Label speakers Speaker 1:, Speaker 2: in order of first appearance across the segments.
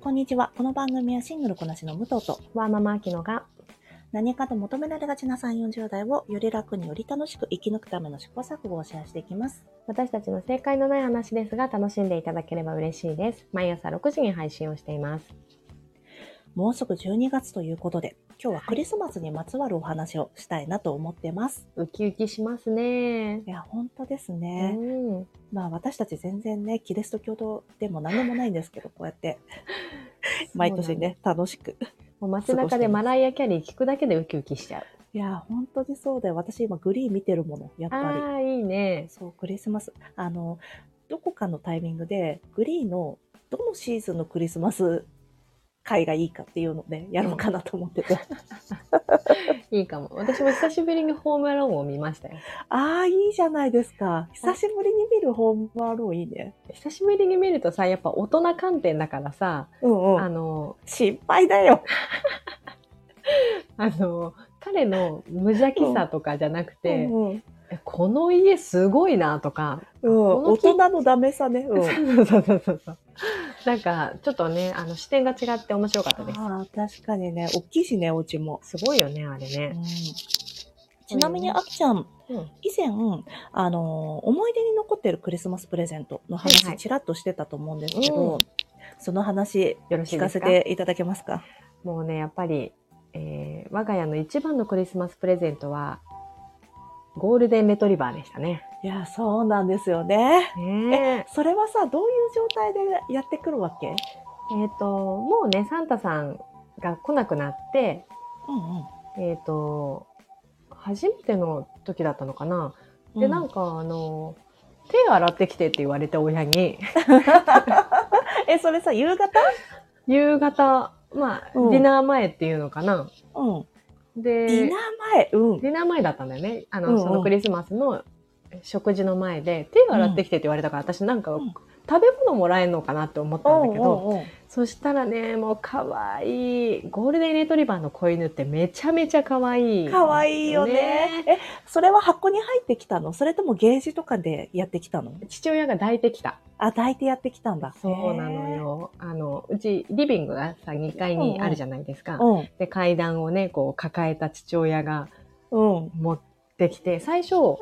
Speaker 1: こんにちは。この番組はシングルこなしの武藤と
Speaker 2: わーママアキノが
Speaker 1: 何かと求められがちな3、40代をより楽により楽しく生き抜くための試行錯誤をシェアしていきます。
Speaker 2: 私たちの正解のない話ですが楽しんでいただければ嬉しいです。毎朝6時に配信をしています。
Speaker 1: もうすぐ12月ということで、今日はクリスマスにまつわるお話をしたいなと思ってます。
Speaker 2: ウキウキしますね。
Speaker 1: いや、本当です
Speaker 2: う
Speaker 1: ね。
Speaker 2: ん、
Speaker 1: まあ私たち全然ね、キリスト教徒でも何でもないんですけど、こうやって毎年ね、楽しく。
Speaker 2: もう街中でマライア・キャリー聞くだけでウキウキしちゃう。
Speaker 1: いや、本当にそうだよ。私今グリーン見てるもの、やっぱり。
Speaker 2: ああー、いいね。
Speaker 1: そう、クリスマス。あの、どこかのタイミングで、グリーのどのシーズンのクリスマス会がいいかっていうので、やろうかなと思ってて。
Speaker 2: いいかも。私も久しぶりにホームアローンを見ましたよ。
Speaker 1: ああ、いいじゃないですか。久しぶりに見るホームアローンいいね。
Speaker 2: 久しぶりに見るとさ、やっぱ大人観点だからさ、
Speaker 1: うんう
Speaker 2: あ
Speaker 1: ん。
Speaker 2: の、
Speaker 1: 心配だよ。
Speaker 2: あの、彼の無邪気さとかじゃなくて、
Speaker 1: うんうん
Speaker 2: えこの家すごいなとか、
Speaker 1: うん、
Speaker 2: この
Speaker 1: 大
Speaker 2: キッ
Speaker 1: 人のダメさね。うん、
Speaker 2: そうそうそうそうそう。なんか、ちょっとね、あの、視点が違って面白かったで
Speaker 1: ああ、確かにね。大きいしね、お家も。
Speaker 2: す。すごいよね、あれ
Speaker 1: うん
Speaker 2: ね。
Speaker 1: ちなみに、
Speaker 2: うん
Speaker 1: あきちゃん、
Speaker 2: うん。
Speaker 1: 以前、あのー思い出に残ってるクリスマスプレゼントの
Speaker 2: はいは
Speaker 1: 話、
Speaker 2: い
Speaker 1: ちらっとしてたと思うんですけど、
Speaker 2: うん
Speaker 1: その話、
Speaker 2: よろし
Speaker 1: 聞
Speaker 2: いで
Speaker 1: か
Speaker 2: す
Speaker 1: せ
Speaker 2: か
Speaker 1: ていただけますか
Speaker 2: もうね、やっぱり、えー、我が家の一番のクリスマスプレゼントは、ゴールデンレトリバーでしたね。
Speaker 1: いや、そうなんですよね。
Speaker 2: ね
Speaker 1: それはさ、どういう状態でやってくるわけ
Speaker 2: え。えっ、と、もうね、サンタさんが来なくなって、
Speaker 1: うん
Speaker 2: えっ、と、初めての時だったのかな。
Speaker 1: うん。
Speaker 2: で、なんか、あの、手洗ってきてって言われて親に、
Speaker 1: え、それさ、夕方
Speaker 2: 夕方、まあ、
Speaker 1: うん
Speaker 2: ディナー前っていうのかな。
Speaker 1: うん。
Speaker 2: で、
Speaker 1: ディナー前。うん。
Speaker 2: ディナー前だったんだよね。あの、
Speaker 1: うんうん
Speaker 2: そのクリスマスの食事の前で、手を洗ってきてって言われたから、私なんか、
Speaker 1: うん
Speaker 2: 食べ物もらえるのかなって思ったんだけど、
Speaker 1: うんうんうん
Speaker 2: そしたらね、もう可愛いゴールデンレトリバーの子犬ってめちゃめちゃ可愛い。
Speaker 1: かわいいよね
Speaker 2: ね
Speaker 1: え、それは箱に入ってきたのそれともゲージとかでやってきたの
Speaker 2: 父親が抱いてきた。
Speaker 1: あ、抱いてやってきたんだ。
Speaker 2: そうなのよ。あの、うちリビングがさ、2階にあるじゃないですか。
Speaker 1: へー。
Speaker 2: で、階段をね、こう抱えた父親が
Speaker 1: うん。うん。
Speaker 2: 持ってきて、最初、
Speaker 1: うわ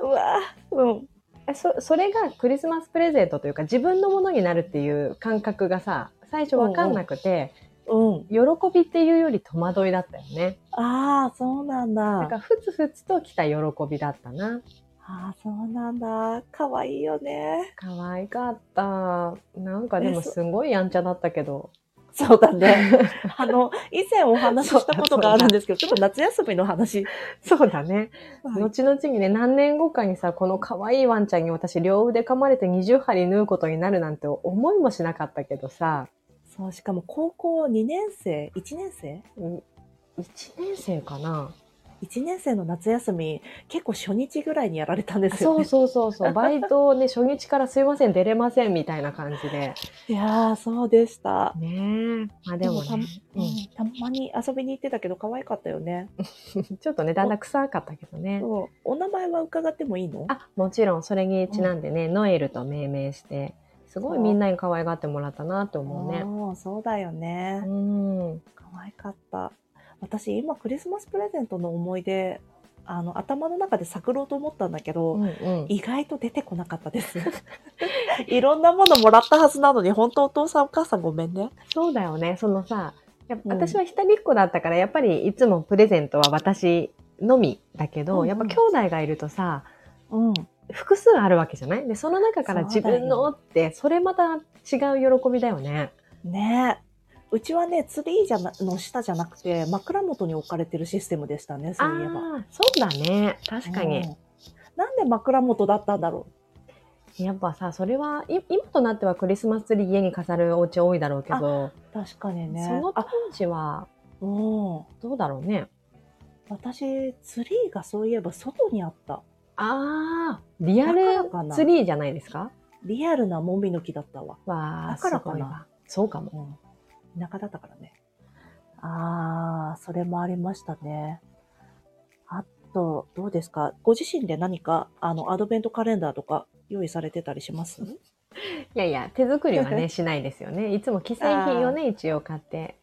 Speaker 1: うん。
Speaker 2: そそれがクリスマスプレゼントというか自分のものになるっていう感覚がさ最初わかんなくて、
Speaker 1: うん。
Speaker 2: 喜びっていうより戸惑いだったよね
Speaker 1: ああ、そうなん
Speaker 2: なん
Speaker 1: だ。
Speaker 2: かふつふつときた喜びだったな
Speaker 1: ああ、そうなんだ。かわいいよね。
Speaker 2: 可愛かったなんかでも
Speaker 1: えそ
Speaker 2: すごいやんちゃだったけど
Speaker 1: そうだね。あの、以前お話ししたことがあるんですけど、ちょっと夏休みの話。
Speaker 2: そうだね、後々にね何年後かにさこの可愛いワンちゃんに私両腕噛まれて20針縫うことになるなんて思いもしなかったけどさ
Speaker 1: そう、しかも高校2年生、1年生
Speaker 2: 1年生かな
Speaker 1: ?1 年生の夏休み、結構初日ぐらいにやられたんですよ、
Speaker 2: そ
Speaker 1: ね。
Speaker 2: うそうそうそう。バイトをね、初日からすいません、出れません、みたいな感じで。
Speaker 1: いやー、そうでした。
Speaker 2: ねえ。まあでもね、
Speaker 1: でもう
Speaker 2: う
Speaker 1: んたまに遊びに行ってたけど、可愛かったよね。
Speaker 2: んちょっとね、だんだん臭かったけどね。
Speaker 1: そうお名前は伺ってもいいの
Speaker 2: あ、もちろん、それにちなんでね、ノエルと命名して、すごいみんなに可愛がってもらったなと思うね。
Speaker 1: あーそうだよね。
Speaker 2: うん。
Speaker 1: 可愛かった私今クリスマスプレゼントの思い出あの頭の中で探ろうと思ったんだけど、
Speaker 2: うんうん
Speaker 1: 意外と出てこなかったです いろんなものもらったはずなのに本当お父さんお母さんごめんね
Speaker 2: そうだよね、そのさ、やっぱ
Speaker 1: うん
Speaker 2: 私は一人っ子だったから、やっぱりいつもプレゼントは私のみだけ
Speaker 1: うん
Speaker 2: ど、
Speaker 1: うん
Speaker 2: やっぱ兄弟がいるとさ、
Speaker 1: うん
Speaker 2: 複数あるわけじゃないでその中から自分のってそれまた違う喜びだよね
Speaker 1: ねえうちはねツリーじゃなの下じゃなくて枕元に置かれてるシステムでしたね
Speaker 2: あ
Speaker 1: そういえば
Speaker 2: ーそうだね確か
Speaker 1: う
Speaker 2: に、
Speaker 1: んなんで枕元だったんだろ
Speaker 2: やっぱさそれはい今となってはクリスマスツリー家に飾るお家多いだろうけど、
Speaker 1: う確かにね
Speaker 2: その当
Speaker 1: あ
Speaker 2: 時は
Speaker 1: うん
Speaker 2: どうだろうね
Speaker 1: 私ツリーがそういえば外にあった
Speaker 2: あーリア
Speaker 1: だ
Speaker 2: ル
Speaker 1: からかな
Speaker 2: ツリーじゃないですか
Speaker 1: リアルなもみの木だったわ
Speaker 2: わあ
Speaker 1: だからかな
Speaker 2: そうかも
Speaker 1: うん、田舎だったからね。ああ、それもありましたね。あと、どうですかご自身で何か、あの、アドベントカレンダーとか用意されてたりします
Speaker 2: いやいや、手作りは ね、しないですよね。いつも既製品をね、一応買って。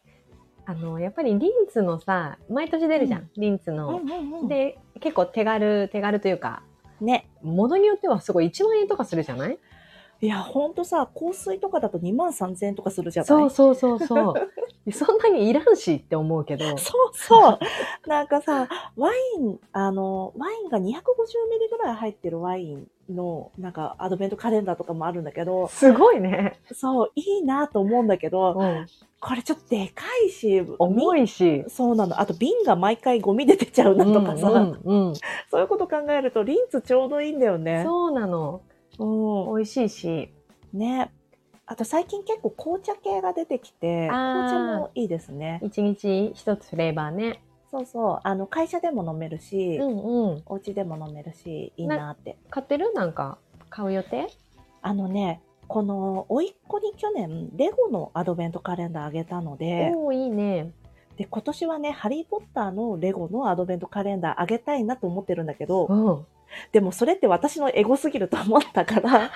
Speaker 2: あの、やっぱりリンツのさ、毎年出るじゃん。
Speaker 1: う
Speaker 2: リンツ
Speaker 1: うん
Speaker 2: の。
Speaker 1: うんうん、
Speaker 2: で、結構手軽、手軽というか、
Speaker 1: ね。
Speaker 2: ものによってはすごい1万円とかするじゃない
Speaker 1: いや、ほんとさ、香水とかだと2万3000円とかするじゃない
Speaker 2: そうそうそう そう。そんなにいらんしって思うけど。
Speaker 1: そうそう。なんかさ、ワイン、あの、ワインが250ミリぐらい入ってるワインの、なんかアドベントカレンダーとかもあるんだけど、
Speaker 2: すごいね。
Speaker 1: そう、いいなと思うんだけど、
Speaker 2: うん
Speaker 1: これちょっとでかいし、
Speaker 2: 重
Speaker 1: い。
Speaker 2: いし。
Speaker 1: そうなの。あと瓶が毎回ゴミで出ちゃうなとかさ、
Speaker 2: うんうんうん
Speaker 1: そういうこと考えるとリンツちょうどいいんだよね。
Speaker 2: そうなの。
Speaker 1: う
Speaker 2: 美味しいし。
Speaker 1: ん。ね。あと最近結構紅茶系が出てきて、
Speaker 2: あー
Speaker 1: 紅茶もいいですね。
Speaker 2: 一日一つフレーバーね。
Speaker 1: そうそう。あの、会社でも飲めるし、
Speaker 2: んうん。
Speaker 1: お家でも飲めるし、いいなって。
Speaker 2: 買ってるなんか、買う予定
Speaker 1: あのね、この、甥っ子に去年、レゴのアドベントカレンダーあげたので、
Speaker 2: おおいいね。
Speaker 1: で、今年はね、ハリーポッターのレゴのアドベントカレンダーあげたいなと思ってるんだけど、
Speaker 2: うん。
Speaker 1: でもそれって私のエゴすぎると思ったから、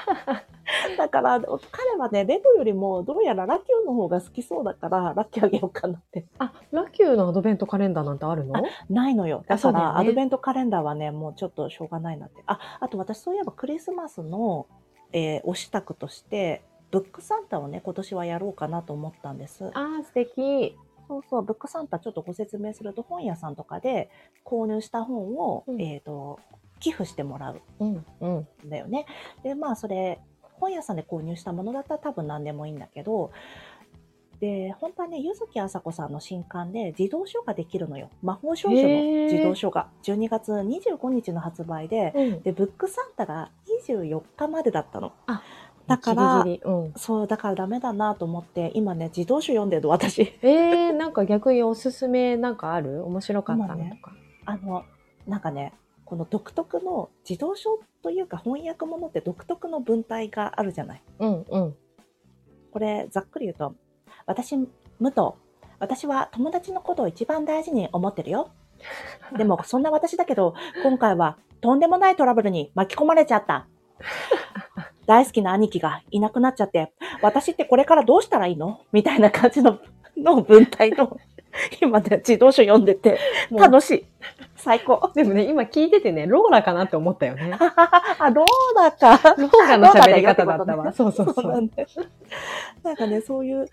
Speaker 1: だから、彼はね、レゴよりも、どうやらラキューの方が好きそうだから、ラキューあげようかなって。
Speaker 2: あ、ラキューのアドベントカレンダーなんてあるの
Speaker 1: ないのよ。だか
Speaker 2: そうだよ
Speaker 1: ら、
Speaker 2: ね
Speaker 1: アドベントカレンダーはね、もうちょっとしょうがないなって。あ、あと私そういえばクリスマスの、えーお支度として、ブックサンタをね、今年はやろうかなと思ったんです。
Speaker 2: あー、素敵。
Speaker 1: そうそう、ブックサンタちょっとご説明すると、本屋さんとかで購入した本を、
Speaker 2: うん
Speaker 1: えっ、と、寄付してもらう
Speaker 2: うんうん。
Speaker 1: んだよね。で、まあそれ、本屋さんで購入したものだったら多分何でもいいんだけど、で、本当はね、柚木あさこさんの新刊で自動書ができるのよ。魔法少女の自動書が。12月25日の発売で、
Speaker 2: うん。
Speaker 1: で、ブックサンタが24日までだったの。
Speaker 2: あ
Speaker 1: だから
Speaker 2: ギリギリうん。
Speaker 1: そう、だからダメだなと思って、今ね、自動書読んでるの、私。
Speaker 2: えー、なんか逆におすすめなんかある面白かったのとか。
Speaker 1: あの、なんかね、この独特の自動書というか翻訳ものって独特の文体があるじゃない。
Speaker 2: うんうん。
Speaker 1: これ、ざっくり言うと、私、武藤、私は友達のことを一番大事に思ってるよ。でも、そんな私だけど、今回はとんでもないトラブルに巻き込まれちゃった。大好きな兄貴がいなくなっちゃって、私ってこれからどうしたらいいのみたいな感じの、の文体の、今ね、自動書読んでて、
Speaker 2: もう
Speaker 1: 楽しい。最高。
Speaker 2: でもね、今聞いててね、ローラかなって思ったよね。
Speaker 1: あ、どうだか。
Speaker 2: ローラの喋り方だったわ。そうそうそ
Speaker 1: そうな
Speaker 2: う。
Speaker 1: んだよ なんかね、そういう、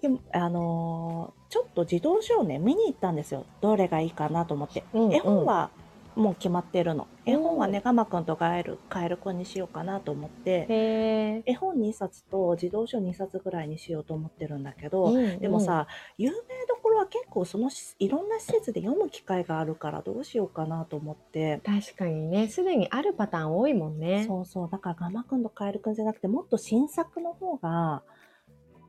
Speaker 1: でもあのーちょっと自動書をね、見に行ったんですよ。どれがいいかなと思って。
Speaker 2: うんうん
Speaker 1: 絵本はもう決まってるの。
Speaker 2: うん
Speaker 1: 絵本はね、ガマくんとガエル、カエルくんにしようかなと思って、
Speaker 2: へえ。
Speaker 1: 絵本2冊と自動書2冊ぐらいにしようと思ってるんだけ
Speaker 2: うん
Speaker 1: ど、
Speaker 2: うん
Speaker 1: でも、さ、有名どころは結構そのしいろんな施設で読む機会があるからどうしようかなと思って、
Speaker 2: 確かにね、すでにあるパターン多いもんね。
Speaker 1: そうそう。だから、ガマくんとカエルくんじゃなくて、もっと新作の方が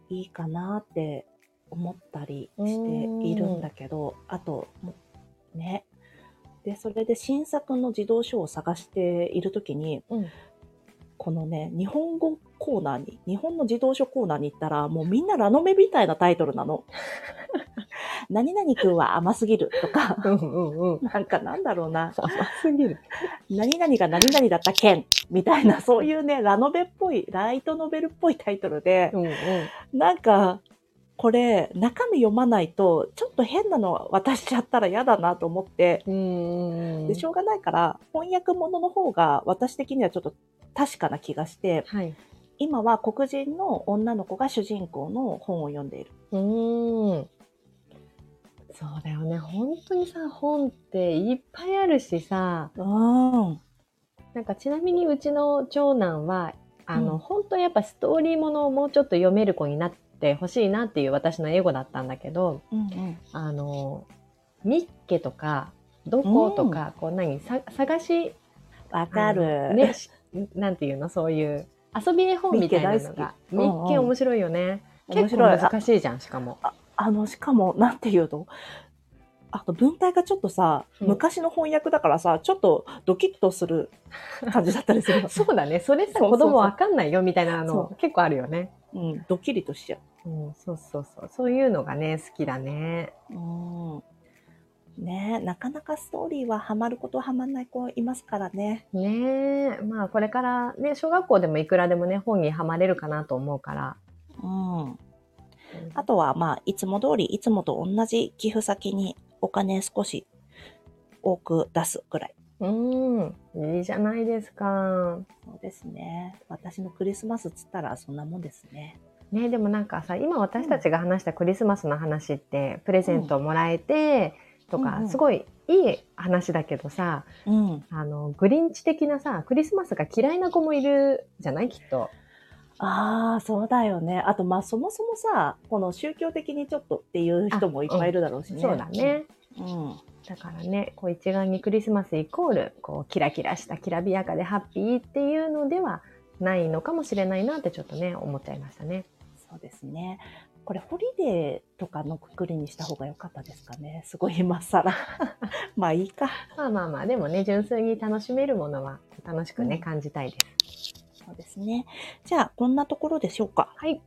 Speaker 1: いいかなって思ったりしているんだけど、あと、もね。で、それで新作の児童書を探しているときに、
Speaker 2: うん
Speaker 1: このね、日本語コーナーに、日本の児童書コーナーに行ったら、もうみんなラノベみたいなタイトルなの。何々くんは甘すぎるとか、
Speaker 2: うんうんうん。
Speaker 1: なんかなんだろうな。
Speaker 2: 甘すぎる。
Speaker 1: 何々が何々だった件みたいな、そういうね、ラノベっぽい、ライトノベルっぽいタイトルで
Speaker 2: う、んうん。
Speaker 1: なんか、これ、中身読まないと、ちょっと変なの渡しちゃったら嫌だなと思って、
Speaker 2: うんうん。
Speaker 1: で、しょうがないから、翻訳物の方が私的にはちょっと確かな気がして、
Speaker 2: はい。
Speaker 1: 今は黒人の女の子が主人公の本を読んでいる。
Speaker 2: うーん。そうだよね。本当にさ、本っていっぱいあるしさ、
Speaker 1: うん。
Speaker 2: なんかちなみにうちの長男は、あの、
Speaker 1: うん
Speaker 2: 本当やっぱストーリーものをもうちょっと読める子になってほしいなっていう私の英語だったんだけど、
Speaker 1: うん
Speaker 2: あの、ミッケとか、どことか、こう何、さ探し、
Speaker 1: わか
Speaker 2: あ
Speaker 1: る。
Speaker 2: のね、しなんていうの、そういう、遊び絵本みたいなのが。
Speaker 1: ミッケ大好き
Speaker 2: ミッケ面白いよね。
Speaker 1: 面
Speaker 2: 結構
Speaker 1: 白い。
Speaker 2: 難しいじゃん、しかも。
Speaker 1: あの、しかも、なんていうのあと文体がちょっとさ、
Speaker 2: うん。
Speaker 1: 昔の翻訳だからさ、ちょっとドキッとする感じだったりする
Speaker 2: そうだね。それ
Speaker 1: そうそ
Speaker 2: さ、
Speaker 1: うそう
Speaker 2: 子供わかんないよみたいな
Speaker 1: そ
Speaker 2: の結構あるよね。
Speaker 1: うん、ドキリとしちゃ
Speaker 2: うん、そうそうそう。そういうのがね、好きだね。
Speaker 1: う。うん。ねえなかなかストーリーはハマることハマんない子いますからね。
Speaker 2: ねえ、まあこれからね、小学校でもいくらでもね、本にはまれるかなと思うから。
Speaker 1: うん。あとは、まあ、いつも通り、いつもと同じ寄付先にお金少し多く出すくらい。
Speaker 2: うん、いいじゃないですか。
Speaker 1: そうですね。私のクリスマスっつったらそんなもんですね。
Speaker 2: ね、でもなんかさ、今私たちが話したクリスマスの話って、プレゼントをもらえて、と
Speaker 1: うんう
Speaker 2: か、
Speaker 1: ん
Speaker 2: すごいいい話だけどさ、
Speaker 1: うん。
Speaker 2: あの、グリンチ的なさ、クリスマスが嫌いな子もいるじゃないきっと。
Speaker 1: ああ、そうだよね。あと、まあ、そもそもさ、この宗教的にちょっとっていう人もいっぱいいるだろうしね。
Speaker 2: そうだ。ね。
Speaker 1: うん。
Speaker 2: だからね、こう一概にクリスマスイコール、こうキラキラしたきらびやかでハッピーっていうのではないのかもしれないなってちょっとね、思っちゃいましたね。
Speaker 1: そうですね。これ、ホリデーとかのくくりにした方が良かったですかね。すごい今更。 まあ、いいか。
Speaker 2: まあまあまあ、でもね、純粋に楽しめるものは楽しくね、
Speaker 1: うん
Speaker 2: 感じたいです。
Speaker 1: そうですね。じゃあ、こんなところでしょうか。
Speaker 2: はい。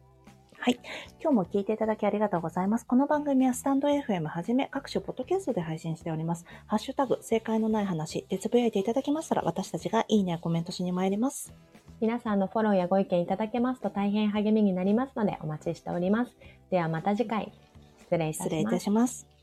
Speaker 1: はい。今日も聞いていただきありがとうございます。この番組はスタンド FM はじめ各種ポッドキャストで配信しております。ハッシュタグ、正解のない話でつぶやいていただきましたら、私たちがいいねやコメントしに参ります。
Speaker 2: 皆さんのフォローやご意見いただけますと大変励みになりますのでお待ちしております。ではまた次回。失礼いたします
Speaker 1: 失礼いたします。